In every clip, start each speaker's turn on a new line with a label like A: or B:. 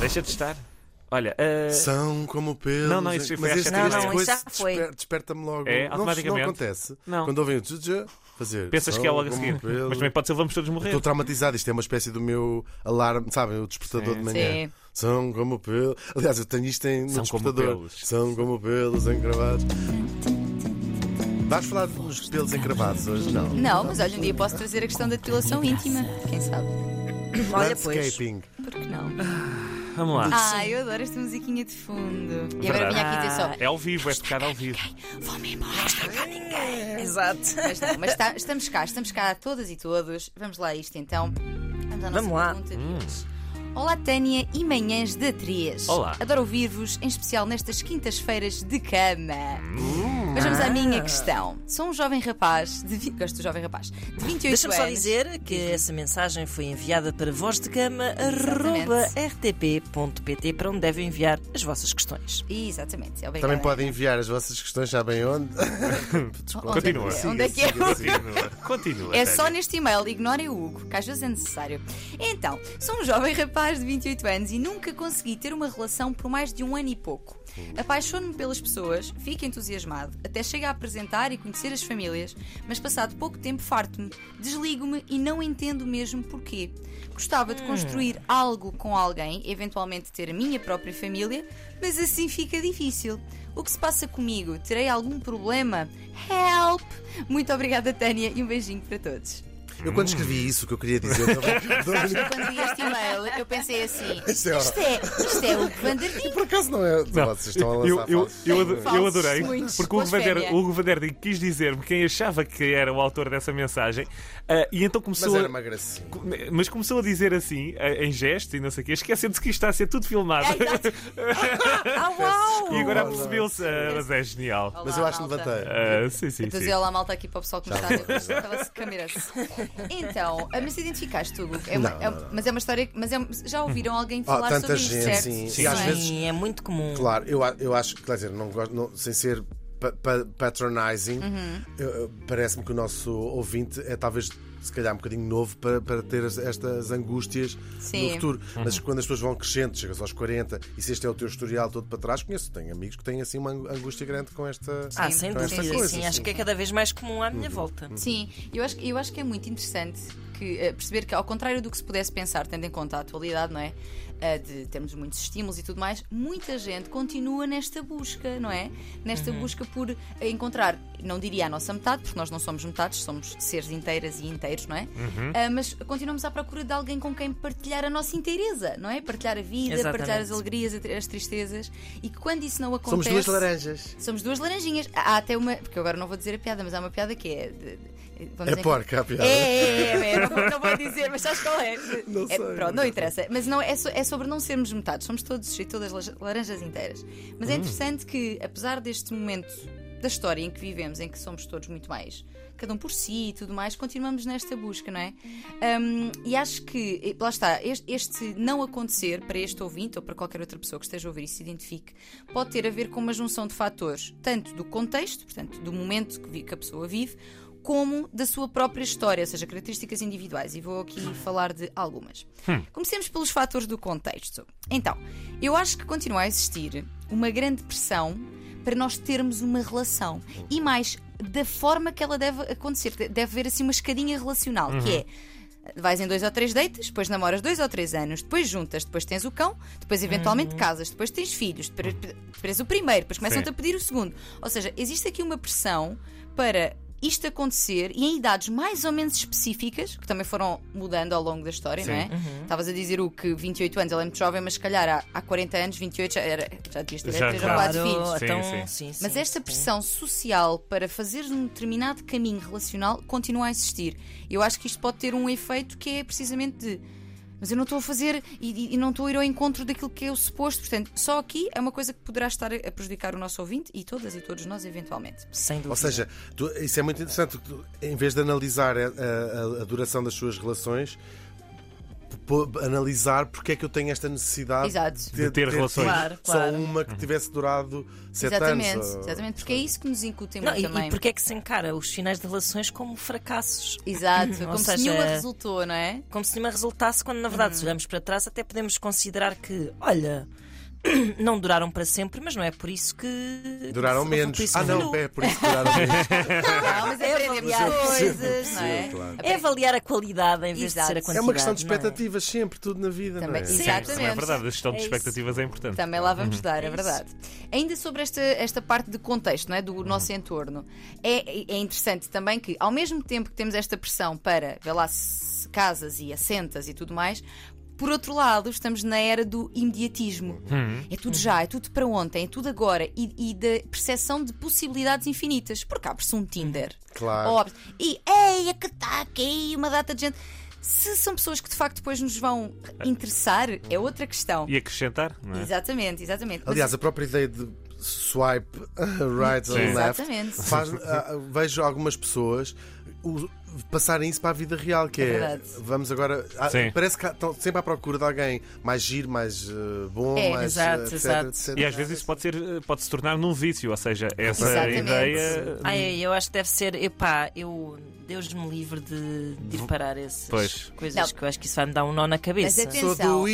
A: Deixa de estar. Olha, ah,
B: São como pelos.
A: Não, não, isso foi
B: mas
A: às
B: este,
A: sete e
B: este
A: meia.
B: coisa
C: Não, isso já foi.
B: desper- desperta-me logo.
A: É,
B: Não- não,
A: automaticamente.
B: acontece.
A: Não.
B: Quando ouvem o tjutja, fazer.
A: pensas que é
B: são
A: logo a
B: como
A: seguir.
B: pelos.
A: Mas também pode ser vamos todos morrer.
B: Estou traumatizado, isto é uma espécie do meu alarme, sabem? O despertador
A: Sim.
B: de manhã.
C: Sim.
B: São como pelos. Aliás, eu tenho isto em, no
A: São como
B: despertador.
A: pelos.
B: São como pelos encravados. Vais falar dos pelos encravados hoje? Não.
D: Não, mas olha, um dia posso trazer a questão da depilação íntima. Quem sabe?
C: Olha, pois.
B: Landscaping.
D: Por que não?
A: Vamos lá.
D: Ah, eu adoro esta musiquinha de fundo. E agora
A: Verdade.
D: vinha aqui dizer só.
A: É ao vivo, é tocado ao vivo.
D: Vou-me embora, isto não há ninguém.
C: Exato.
D: Mas não, mas tá- estamos cá, estamos cá todas e todos. Vamos lá a isto então. Vamos Hum. à nossa
C: Vamos lá.
D: pergunta de hoje. Olá Tânia e manhãs da 3.
A: Olá.
D: Adoro ouvir-vos, em especial nestas quintas-feiras de cama. Mas vamos à minha questão. Sou um jovem rapaz, de vi- gosto do jovem rapaz, de 28
C: Deixa-me só
D: anos.
C: dizer que essa mensagem foi enviada para vozdecama.rtp.pt para onde devem enviar as vossas questões.
D: Exatamente, é obrigada.
B: Também podem enviar as vossas questões, sabem onde?
D: Onde-
A: Continua.
D: Onde é que é o
A: Continua. Continua.
D: É
A: Tânia.
D: só neste e-mail, ignorem o Hugo, que às vezes é necessário. Então, sou um jovem rapaz de 28 anos e nunca consegui ter uma relação por mais de um ano e pouco. Apaixono-me pelas pessoas, fico entusiasmado, até chego a apresentar e conhecer as famílias, mas passado pouco tempo farto-me, desligo-me e não entendo mesmo porquê. Gostava de construir algo com alguém, eventualmente ter a minha própria família, mas assim fica difícil. O que se passa comigo? Terei algum problema? Help! Muito obrigada, Tânia, e um beijinho para todos.
B: Eu
A: Hum.
B: quando escrevi isso, o que eu queria dizer.
D: Eu, quando li este e-mail, eu pensei assim:
B: Isso é
D: isto é, isto é o Vanderdinho.
B: Por acaso não é.
A: Não,
B: Vocês estão a lançar
A: eu, eu,
B: falsos.
A: eu, ad- eu
D: Falsos,
A: adorei,
D: muitos.
A: porque o Hugo
D: Blasfémia.
A: Vanderding- o Hugo Vanderding quis dizer-me quem achava que era o autor dessa mensagem, ah, e então começou
B: Mas era
A: a.
B: uma gracinha.
A: Co- Mas começou a dizer assim, eh, em gesto e não sei o quê, esquecendo-se que isto está a ser tudo filmado.
D: É, exato.
C: Ah, uau!
A: e agora percebeu-se, eh, mas é genial.
D: Olá,
B: Mas eu acho que
D: malta.
B: levantei. Tá
A: Eh, sim, sim,
D: Estou a
A: sim.
D: dizer olá, malta, aqui para o pessoal que me está a ver. Estava-se câmera-se. Então, ah, mas identificaste tu, Hugo. É uma-
B: Não,
D: é-
B: não, não.
D: Mas é uma história. que- Mas é- já ouviram alguém falar
B: tanta
D: sobre isto,
B: gente,
D: certo?
B: sim.
D: Sim.
B: E às
D: Não é?
B: vezes-
C: Sim, é muito comum.
B: Claro, eu, a- eu acho que, quer dizer, não gosto, não- sem ser pa- pa- patronizing,
C: Uhum.
B: eu- eu- parece-me que o nosso ouvinte é talvez, se calhar, um bocadinho novo para, para ter as- estas angústias
D: Sim.
B: no futuro. Mas quando as pessoas vão crescendo, chegas aos 40, e se este é o teu historial todo para trás, conheço, tenho amigos que têm assim uma ang- angústia grande com esta.
C: Ah, sem
B: com esta
C: dúvida,
B: coisa,
C: sim. Acho que é cada vez mais comum à minha volta.
B: Uhum.
D: Sim, eu acho, eu acho que é muito interessante que, eh, perceber que, ao contrário do que se pudesse pensar, tendo em conta a atualidade, não é? Eh, de termos muitos estímulos e tudo mais, muita gente continua nesta busca, não é? Nesta
B: Uhum.
D: busca por eh, encontrar, não diria a nossa metade, porque nós não somos metades, somos seres inteiras e inteiros, não é?
B: Uhum.
D: Ah, mas continuamos à procura de alguém com quem partilhar a nossa inteireza, não é? Partilhar a vida,
C: Exatamente.
D: partilhar as alegrias, as tristezas, e que quando isso não
B: Somos
D: acontece.
B: duas laranjas.
D: Somos duas laranjinhas. Há até uma. Porque eu agora não vou dizer a piada, mas há uma piada que é. de- de- vamos
B: É
D: dizer-
B: porca a piada.
D: É, é, é, é, não, vou, não vou dizer, mas sabes qual é?
B: Não
D: É,
B: sei,
D: Pronto,
B: não
D: não interessa. Mas não, é, so- é sobre não sermos metades, somos todos e todas las- laranjas inteiras. Mas
B: Hum.
D: é interessante que, apesar deste momento da história em que vivemos, em que somos todos muito mais, cada um por si e tudo mais, continuamos nesta busca, não é? Hum, e acho que, eh, lá está, este, este não acontecer para este ouvinte ou para qualquer outra pessoa que esteja a ouvir e se identifique, pode ter a ver com uma junção de fatores, tanto do contexto, portanto, do momento que, vi- que a pessoa vive, como da sua própria história, ou seja, características individuais, e vou aqui falar de algumas. Comecemos pelos fatores do contexto. Então, eu acho que continua a existir uma grande pressão para nós termos uma relação e mais da forma que ela deve acontecer, De- deve haver assim uma escadinha relacional, que é Vais em dois ou três dates, depois namoras dois ou três anos, depois juntas, depois tens o cão, depois eventualmente casas, depois tens filhos, depois, depois o primeiro, depois começam-te a pedir o segundo. Ou seja, existe aqui uma pressão para isto acontecer e em idades mais ou menos específicas, que também foram mudando ao longo da história, não é?
A: uhum.
D: Estavas a dizer o que 28 anos, ela é muito jovem, mas se calhar há, há 40 anos, 28 já, era, já devias ter
A: Já,
D: três ou
A: claro.
D: quatro filhos.
A: Sim,
C: então,
A: sim.
C: sim, sim,
D: Mas esta
C: sim.
D: pressão social para fazer um determinado caminho relacional continua a existir. Eu acho que isto pode ter um efeito que é precisamente de. Mas eu não estou a fazer e, e- e não estou a ir ao encontro daquilo que é o suposto. Portanto, só aqui é uma coisa que poderá estar a a prejudicar o nosso ouvinte e todas e todos nós, eventualmente.
C: Sem dúvida.
B: Ou seja, tu- isso é muito interessante. Tu, em vez de analisar a, a- a duração das suas relações, po- analisar porque é que eu tenho esta necessidade
D: Exato.
A: De ter relações.
B: tido
D: Claro,
B: Só
D: claro.
B: uma que tivesse durado sete
D: Exatamente,
B: anos. ou-
D: exatamente, porque é isso que nos incutem
C: Não,
D: muito
C: e,
D: também.
C: e porque é que se encara os finais de relações como fracassos?
D: Exato,
C: Ou
D: como
C: seja-
D: se nenhuma resultou, não é?
C: Como se nenhuma resultasse, quando na verdade,
D: Uhum.
C: se olhamos para trás, até podemos considerar que, olha, não duraram para sempre, mas não é por isso que.
B: Duraram
C: que
B: menos.
C: Por isso
B: Ah,
C: que
B: não,
C: falhou.
B: é por isso que duraram menos.
D: Não, mas
C: É
D: aprendemos
C: avaliar.
D: coisas, não é?
B: Sim, claro.
C: É avaliar a qualidade em vez de
D: Exato.
C: ser a
D: É
C: quantidade.
B: É uma questão de
C: não é?
B: expectativas sempre, tudo na vida.
D: Também-
B: não é?
D: Sim.
A: Sim, também é
D: Exatamente.
A: verdade. A gestão
C: É
A: de
C: isso.
A: expectativas é importante.
D: Também lá vamos dar, é,
C: isso.
D: verdade. Ainda sobre esta, esta parte de contexto, não é? do nosso entorno, é, é interessante também que, ao mesmo tempo que temos esta pressão para, vê lá, se casas e assentas e tudo mais. Por outro lado, estamos na era do imediatismo. É tudo já, é tudo para ontem, é tudo agora. E, e da percepção de possibilidades infinitas. Porque abre-se um Tinder.
B: Claro.
D: Ou abre E, ei, é que está aqui uma data de gente. Se são pessoas que de facto depois nos vão interessar, é outra questão.
A: E acrescentar, não é?
D: Exatamente, exatamente. Mas
B: Aliás, a própria ideia de swipe right
A: Sim.
B: and left
D: Exatamente.
B: faz- ah, vejo algumas pessoas o- passarem isso para a vida real, que é,
D: verdade.
B: vamos agora. ah,
A: Sim.
B: parece que há- estão sempre à procura de alguém mais giro, mais eh, bom,
D: É,
B: mais
C: exato,
B: etc,
C: exato.
B: etc.
A: E às vezes isso pode, ser, eh, pode se tornar num vício, ou seja, essa
D: Exatamente.
A: ideia.
C: Ai, eu acho que deve ser, epá, eu Deus me livre de, de ir parar essas
A: Pois.
C: coisas
D: Não.
C: que eu acho que isso vai me dar um nó na cabeça.
D: Mas é
B: Sou
D: Atenção.
B: do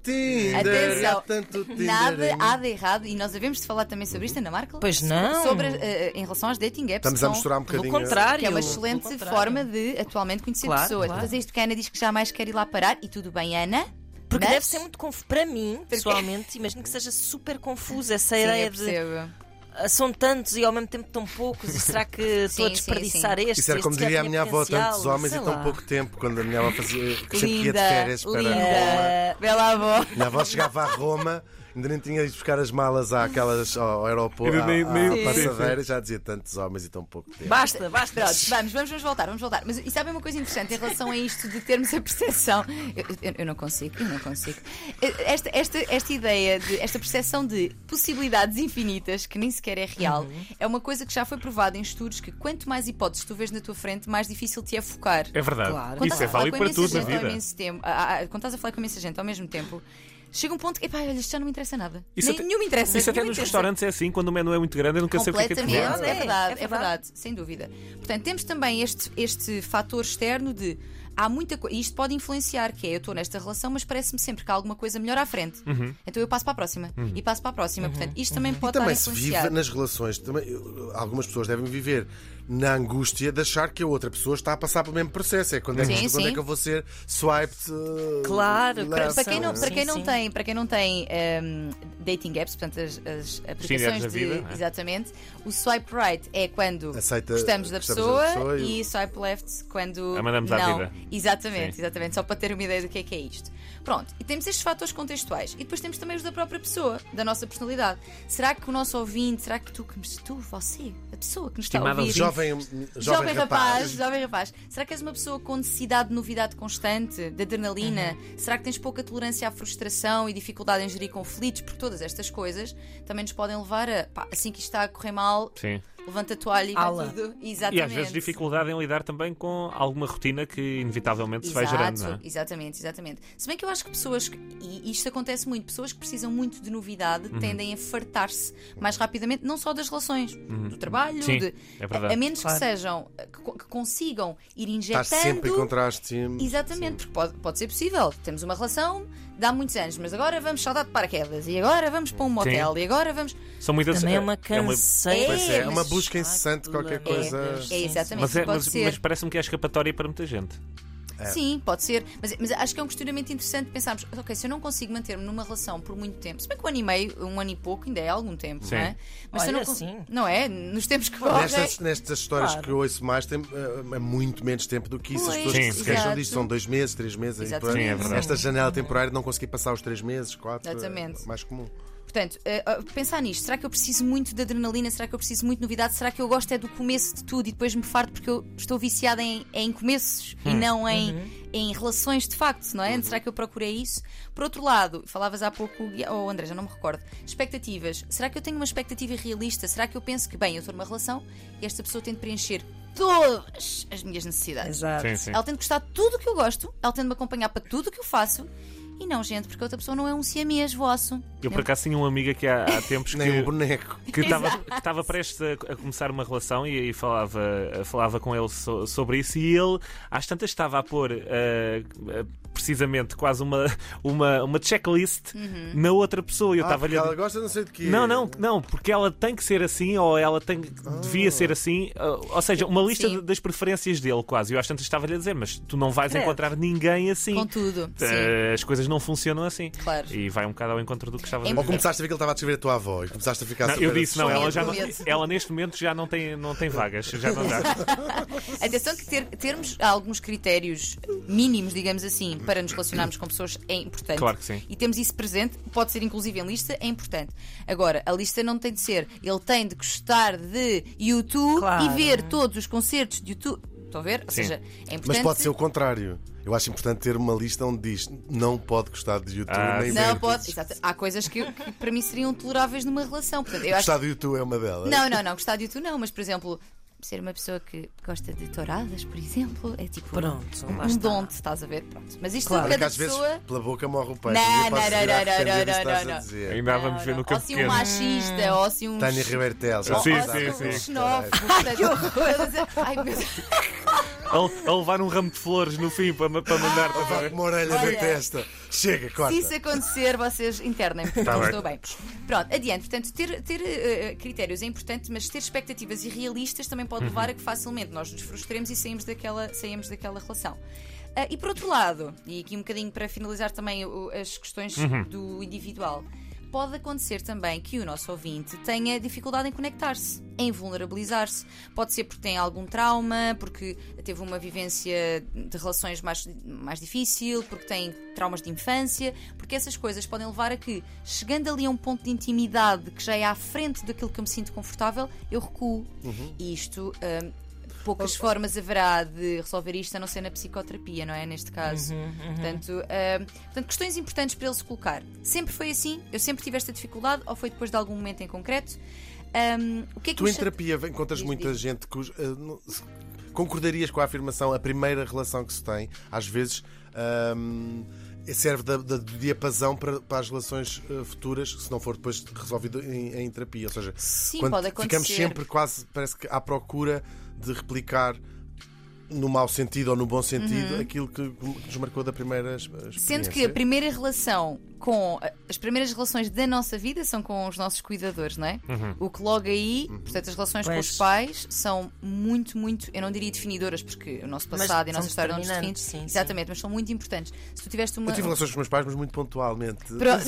B: hipotinder, há
D: Atenção,
B: tanto Tinder.
D: nada
B: em mim.
D: há de errado, e nós havemos de falar também sobre isto, Ana Marca.
C: Pois não.
D: Sobre, eh, em relação às dating apps.
B: Estamos
D: que
B: a
D: são-
B: misturar um
C: Pelo
B: bocadinho.
C: contrário.
D: Que é uma
C: Pelo
D: excelente
C: contrário.
D: forma de atualmente conhecer
C: Claro,
D: pessoas.
C: claro.
D: Mas é isto que a Ana diz que jamais quer ir lá parar, e tudo bem, Ana.
C: Porque
D: mas-
C: deve ser muito confuso. Para mim, pessoalmente, imagino que seja super confuso essa
D: Sim,
C: ideia
D: eu
C: de
D: percebo.
C: ah, são tantos e ao mesmo tempo tão poucos, e será que estou a
D: Sim, sim,
C: desperdiçar este?
B: Isso era
C: este
B: como
C: já
D: é
B: diria a
C: tinha
B: minha avó,
C: potencial,
B: tantos homens e
C: sei
B: tão
C: lá.
B: pouco tempo, quando a minha avó fazia, que sempre ia de
D: Linda,
B: férias para Roma.
D: linda. Bela avó.
B: Minha avó chegava a Roma, ainda nem tinha ido buscar as malas àquelas, ao aeroporto,
A: Ainda
B: à,
A: nem- nem-
B: à
A: Sim.
B: passadeira, já dizia tantos homens e tão pouco tempo.
C: Basta, basta.
D: Pronto, vamos, vamos, vamos voltar, vamos voltar. Mas e sabem uma coisa interessante em relação a isto de termos a percepção? Eu, eu- eu não consigo, eu não consigo. Esta, esta, esta ideia, de, esta percepção de possibilidades infinitas, que nem sequer é real,
A: Uhum.
D: é uma coisa que já foi provada em estudos que quanto mais hipóteses tu vês na tua frente, mais difícil te é focar.
A: É verdade.
C: Claro.
D: Quando
A: Isso
D: estás
A: é
D: a falar
A: válido
D: com
A: para
D: imensa
A: tudo na
D: gente ao
A: vida.
D: imenso tempo- ah, ah, Quando estás a falar com imensa gente ao mesmo tempo, chega um ponto que, epá, olha, isto já não me interessa nada.
A: Isso
D: Nem-
A: até-
D: nenhum me interessa.
A: Isso até
D: nenhum me
A: nos
D: interessa.
A: restaurantes é assim, quando o menu é muito grande, eu nunca sei o que é que é
D: Completamente,
A: comer.
D: é, verdade,
C: É
D: é verdade, sem dúvida. Portanto, temos também este, este fator externo de há muita coisa, isto pode influenciar, que é eu estou nesta relação, mas parece-me sempre que há alguma coisa melhor à frente.
A: Uhum.
D: Então eu passo para a próxima e passo para a próxima. Portanto, isto também
B: E
D: pode
B: também se
D: estar a
B: vive
D: influenciar.
B: nas relações, também, eu- algumas pessoas devem viver na angústia de achar que a outra pessoa está a passar pelo mesmo processo. É quando, é, que,
D: Sim,
B: quando
D: sim.
B: é que eu vou ser swiped? uh,
C: Claro,
B: left,
C: para-
D: Para quem não,
B: né?
D: para quem
C: Sim,
D: não
C: sim.
D: tem, para quem não tem ehm, dating apps, portanto as, as aplicações
A: da
D: de
A: vida, não é?
D: exatamente, o swipe right é quando
B: Aceita-
D: gostamos da
B: gostamos
D: pessoa,
B: da pessoa e-
D: e swipe left quando
A: A mandamos à
D: não.
A: vida.
D: Exatamente,
A: Sim.
D: exatamente, só para ter uma ideia do que é que é isto. Pronto, e temos estes fatores contextuais e depois temos também os da própria pessoa, da nossa personalidade. Será que o nosso ouvinte, será que tu que me tu, você, a pessoa que nos está
A: Estimado
D: a ouvir,
B: Jovem, jovem,
D: Jovem rapaz,
B: rapaz.
D: jovem rapaz, será que és uma pessoa com necessidade de novidade constante, de adrenalina?
A: Uhum.
D: Será que tens pouca tolerância à frustração e dificuldade em gerir conflitos? Porque todas estas coisas também nos podem levar a pá, assim que isto está a correr mal,
A: Sim.
D: levanta a toalha e vai
C: Ala.
D: tudo. Exatamente.
A: E às vezes dificuldade em lidar também com alguma rotina que inevitavelmente se vai
D: Exato,
A: gerando, não é?
D: Exatamente, exatamente. Se bem que eu acho que pessoas, que- e isto acontece muito, pessoas que precisam muito de novidade
A: Uhum.
D: tendem a fartar-se mais rapidamente, não só das relações, do trabalho,
A: Uhum. Sim,
D: de-
A: é verdade.
D: a, a menos
C: Claro.
D: que sejam, que, co- que consigam ir
B: Estás sempre em
D: injetando.
B: contraste.
D: Exatamente, porque pode, pode ser possível. Temos uma relação de há muitos anos, mas agora vamos saltar de paraquedas, e agora vamos para um motel, e agora vamos.
A: São muitas
C: Também é uma
A: é uma-
C: canseira.
B: Pois é, é uma
D: mas-
B: busca incessante de qualquer
C: Meu
B: coisa.
C: Deus.
D: É
C: Sim,
D: exatamente,
A: Mas, é-
D: pode
A: mas-
D: ser.
A: mas parece-me que é escapatória para muita gente.
D: Sim, pode ser. Mas, mas acho que é um questionamento interessante pensarmos: ok, se eu não consigo manter-me numa relação por muito tempo, se bem que um ano e meio, um ano e pouco, ainda é algum tempo,
A: Sim.
D: não é? Mas se eu
C: Olha,
D: não, con-
C: sim.
D: não é? Nos tempos que correm.
B: Nestas, nestas histórias
C: Claro.
B: que eu ouço mais, tem eh, é muito menos tempo do que isso. As
D: Pois,
B: pessoas que se
A: Sim,
B: queixam
D: exato.
B: disto são dois meses, três meses. aí
D: Exatamente.
B: por aí.
A: Sim, é verdade.
B: Esta janela temporária de não conseguir passar os três meses, quatro,
D: Exatamente.
B: é mais comum.
D: Portanto, eh, eh, pensar nisto: será que eu preciso muito de adrenalina? Será que eu preciso muito de novidade? Será que eu gosto é do começo de tudo e depois me farto porque eu estou viciada em, em começos e
A: Hum.
D: não em, em relações de facto, não é?
A: Uhum.
D: Será que eu procurei isso? Por outro lado, falavas há pouco, ou André, já não me recordo, expectativas. Será que eu tenho uma expectativa realista? Será que eu penso que, bem, eu estou numa relação e esta pessoa tem de preencher todas as minhas necessidades.
C: Exato.
A: Sim, sim.
D: Ela tem de gostar de tudo o que eu gosto, ela tem de me acompanhar para tudo o que eu faço. E não, gente, porque a outra pessoa não é um siamês vosso. É
A: Eu por acaso tinha uma amiga que há, há tempos que.
B: Nem um boneco.
A: que estava- que estava prestes a, a começar uma relação e, e falava, falava com ele so- sobre isso e ele às tantas estava a pôr eh, eh, precisamente quase uma, uma, uma checklist
D: Uhum.
A: na outra pessoa e eu
B: Ah,
A: estava-lhe
B: porque
A: a
B: ela gosta não sei de quê.
A: não, não, não, porque ela tem que ser assim ou ela tem, devia ser assim. ah, Ou seja, uma lista
D: Sim.
A: de- das preferências dele, quase. Eu às tantas estava-lhe a dizer, mas tu não vais
C: Credo.
A: encontrar ninguém assim.
D: Contudo,
A: Ah,
D: sim.
A: As coisas não funcionam assim.
D: Claro. É
A: E vai um bocado ao encontro do que estava a
D: Ou
A: dizer.
B: Ou começaste a ver que ele estava a descrever a tua avó e começaste a ficar
A: Não,
B: super
A: eu disse, não,
B: assustado.
A: ela já não,
D: Medo.
A: ela neste momento já não tem, não tem vagas, já não dá.
D: Atenção que ter- termos alguns critérios mínimos, digamos assim, para nos relacionarmos com pessoas é importante.
A: Claro que sim.
D: E temos isso presente, pode ser inclusive em lista, é importante. Agora, a lista não tem de ser, ele tem de gostar de YouTube
C: Claro.
D: e ver todos os concertos de YouTube. Estão a ver? Ou
A: Sim.
D: seja, é importante.
B: Mas pode ser o contrário. Eu acho importante ter uma lista onde diz não pode gostar de YouTube
A: Ah,
B: nem
D: Não,
B: ver.
D: pode. Exato. Há coisas que, que para mim seriam toleráveis numa relação. Portanto, eu acho
B: Gostar de YouTube é uma delas.
D: Não, não, não, gostar de tu não, mas por exemplo, ser uma pessoa que gosta de touradas, por exemplo, é tipo
C: Pronto, lá
D: um
C: está.
D: dom, estás a ver? Pronto. Mas isto
C: Claro.
D: cada
B: Porque às vezes
D: pessoa.
B: pela boca morre o peixe.
D: Não,
B: Um dia posso
D: não, não,
B: virar
D: não,
B: a defender
D: não,
B: isso que estás
D: não,
B: a
D: não.
B: dizer.
A: Ainda vamos ver no
D: Não, não. Ou
A: campo
D: se um
A: pequeno.
D: machista, ou se um.
B: Tânia Ribeiro Tel.
A: Ah, sim,
D: ou se
A: sim,
D: um
A: sim.
D: xenófobo, portanto, todas- Ai, meu Deus.
A: A, a levar um ramo de flores no fim para, ma- para mandar.
D: Ah,
B: Vai com uma orelha na
D: Olha.
B: testa. Chega, corta.
D: Se isso acontecer, vocês internem, porque
A: Tá
D: não
A: bem.
D: estou bem. Pronto, adiante. Portanto, ter, ter eh, critérios é importante, mas ter expectativas irrealistas também
A: Uhum.
D: pode levar a que facilmente nós nos frustremos e saímos daquela, saímos daquela relação. Ah, e por outro lado, e aqui um bocadinho para finalizar também o- as questões
A: Uhum.
D: do individual. Pode acontecer também que o nosso ouvinte tenha dificuldade em conectar-se, em vulnerabilizar-se. Pode ser porque tem algum trauma, porque teve uma vivência de relações mais, mais difícil, porque tem traumas de infância, porque essas coisas podem levar a que, chegando ali a um ponto de intimidade que já é à frente daquilo que eu me sinto confortável, eu recuo. E isto. hum, Poucas formas haverá de resolver isto a não ser na psicoterapia, não é? Neste caso.
B: Uhum,
D: Portanto, hum, portanto, questões importantes para ele se colocar. Sempre foi assim? Eu sempre tive esta dificuldade? Ou foi depois de algum momento em concreto? Hum, o que é que
B: Tu
D: me
B: em
D: chate-
B: terapia encontras
D: Diz,
B: muita
D: diz.
B: gente cujo. eh, não- se- concordarias com a afirmação, a primeira relação que se tem, às vezes. ahm, Serve de, de, de diapasão para, para as relações eh, futuras, se não for depois resolvido em, em terapia. Ou seja,
D: Sim,
B: quando
D: pode
B: ficamos
D: acontecer.
B: sempre quase, parece que à procura de replicar no mau sentido ou no bom sentido aquilo que que nos marcou da primeira es- experiência.
D: Uhum. Sendo que a primeira relação com. As primeiras relações da nossa vida são com os nossos cuidadores, não é?
B: Uhum.
D: O que logo aí, portanto, as relações com
C: Pois.
D: os pais são muito, muito. Eu não diria definidoras, porque o nosso
C: Mas
D: passado e a nossa
C: são
D: história não nos define.
C: determinantes, sim,
D: Exatamente, mas são muito importantes. Se tu tiveste uma.
B: Eu tive relações com os meus pais, mas muito pontualmente.
D: Pronto.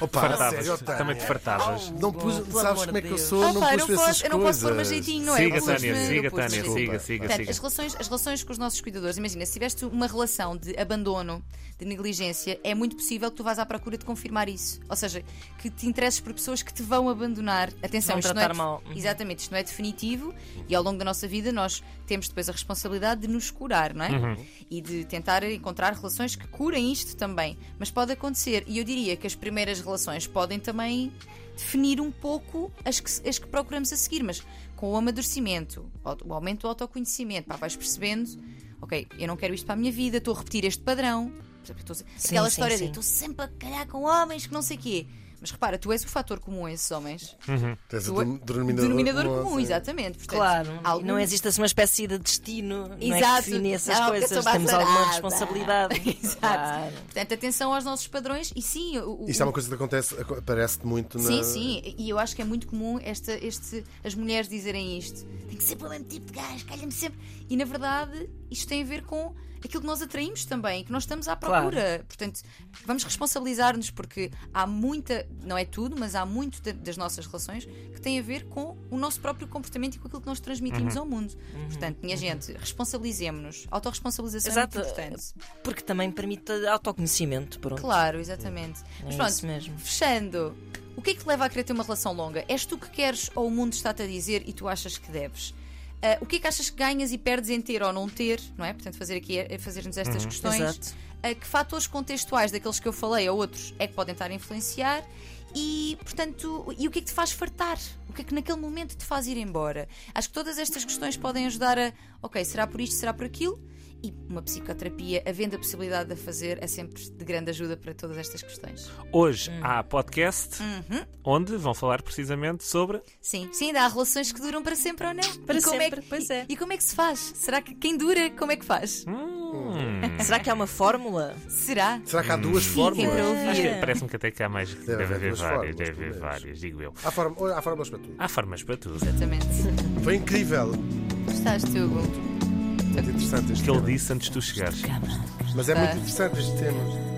B: Opa, a sério,
A: Fartavas.
B: Otário.
A: Também te
D: Oh,
A: fartavas.
B: Não pus,
C: Pelo
B: sabes
C: amor
B: como é
C: de
B: que eu
C: Deus.
B: sou,
D: Ah,
B: não
D: pá,
B: pus
D: eu não
B: para essas
D: posso- eu não posso pôr
B: coisas.
D: mais jeitinho, não é?
A: Siga,
D: Pus-
A: Tânia,
D: eu
A: siga,
D: pus-
A: Tânia,
D: pus-
A: siga, siga,
D: Portanto,
A: siga.
D: as relações, as relações com os nossos cuidadores, imagina, se tiveste uma relação de abandono, de negligência, é muito possível que tu vás à procura de confirmar isso. Ou seja, que te interesses por pessoas que te vão abandonar. Atenção,
C: Vão
D: isto não é
C: tratar
D: de-
C: mal. Uhum.
D: Exatamente, isto não é definitivo e ao longo da nossa vida nós temos depois a responsabilidade de nos curar, não é? E de tentar encontrar relações que curem isto também. Mas pode acontecer, e eu diria que as primeiras relações podem também definir um pouco as que, as que procuramos a seguir, mas com o amadurecimento, o- o aumento do autoconhecimento, pá, vais percebendo, ok, eu não quero isto para a minha vida, estou a repetir este padrão. Por exemplo, eu estou-
C: Sim,
D: Aquela
C: sim,
D: história de
C: sim.
D: estou sempre a calhar com homens que não sei quê. Mas repara, tu és o fator comum a esses homens.
B: Tens
D: Tu
B: o
D: é-
B: Tipo, denominador, comum,
D: comum,
B: sim.
D: exatamente. Portanto,
C: Claro,
D: algum-
C: não existe assim uma espécie de destino não é,
D: Exato.
C: que define essas
D: Ah, porque
C: coisas.
D: sou
C: Temos alguma
D: bazarada.
C: responsabilidade.
D: Exato.
C: Claro.
D: Portanto, atenção aos nossos padrões e sim. O, o-
B: Isto é uma coisa que acontece, aco- aparece-te muito na.
D: Sim, sim, e eu acho que é muito comum esta, este, as mulheres dizerem isto. Tem que ser pelo mesmo tipo de gajo, calha-me sempre. E na verdade, isto tem a ver com aquilo que nós atraímos também, que nós estamos à
C: Claro.
D: procura. Portanto, vamos responsabilizar-nos porque há muita, não é tudo, mas há muito da- das nossas relações que tem a ver com o nosso próprio comportamento e com aquilo que nós transmitimos
C: Uhum.
D: ao mundo. Portanto, minha gente, responsabilizemos-nos. Autoresponsabilização
C: Exato.
D: é muito importante.
C: Porque também permite autoconhecimento. Pronto.
D: Claro, exatamente. Mas
C: É
D: pronto,
C: isso mesmo.
D: fechando, o que é que te leva a querer ter uma relação longa? És tu que queres ou o mundo está-te a dizer e tu achas que deves? Ah, o que é que achas que ganhas e perdes em ter ou não ter? Não é? Portanto, fazer aqui é fazer-nos estas questões.
C: Exato.
D: Ah, que fatores contextuais daqueles que eu falei a outros é que podem estar a influenciar? E, portanto, e o que é que te faz fartar? O que é que naquele momento te faz ir embora? Acho que todas estas questões podem ajudar a, ok, será por isto, será por aquilo? E uma psicoterapia, havendo a possibilidade de a fazer, é sempre de grande ajuda para todas estas questões.
A: Hoje
D: Hum.
A: há podcast
D: Uhum.
A: onde vão falar precisamente sobre.
D: Sim, sim, ainda há relações que duram para sempre ou não.
C: Para
D: e como
C: sempre,
D: é que,
C: pois é.
D: E, e como é que se faz? Será que quem dura, como é que faz?
A: Hum,
C: Será que há uma fórmula?
D: Será?
B: Será que há duas
D: Fiquem para
B: fórmulas?
A: acho que
D: ouvir.
A: parece-me que até que há mais. Deve,
B: haver
A: haver
B: duas
A: várias,
B: formas,
A: deve
B: pelo
A: haver
B: menos.
A: várias, digo eu.
B: Há, form- há fórmulas para tudo.
A: Há formas para tudo.
D: Exatamente.
B: Foi incrível. Muito
D: Gostaste, Hugo?
B: interessante este
A: que ele
B: tema.
A: disse antes de tu chegares.
B: Mas é muito interessante este tema.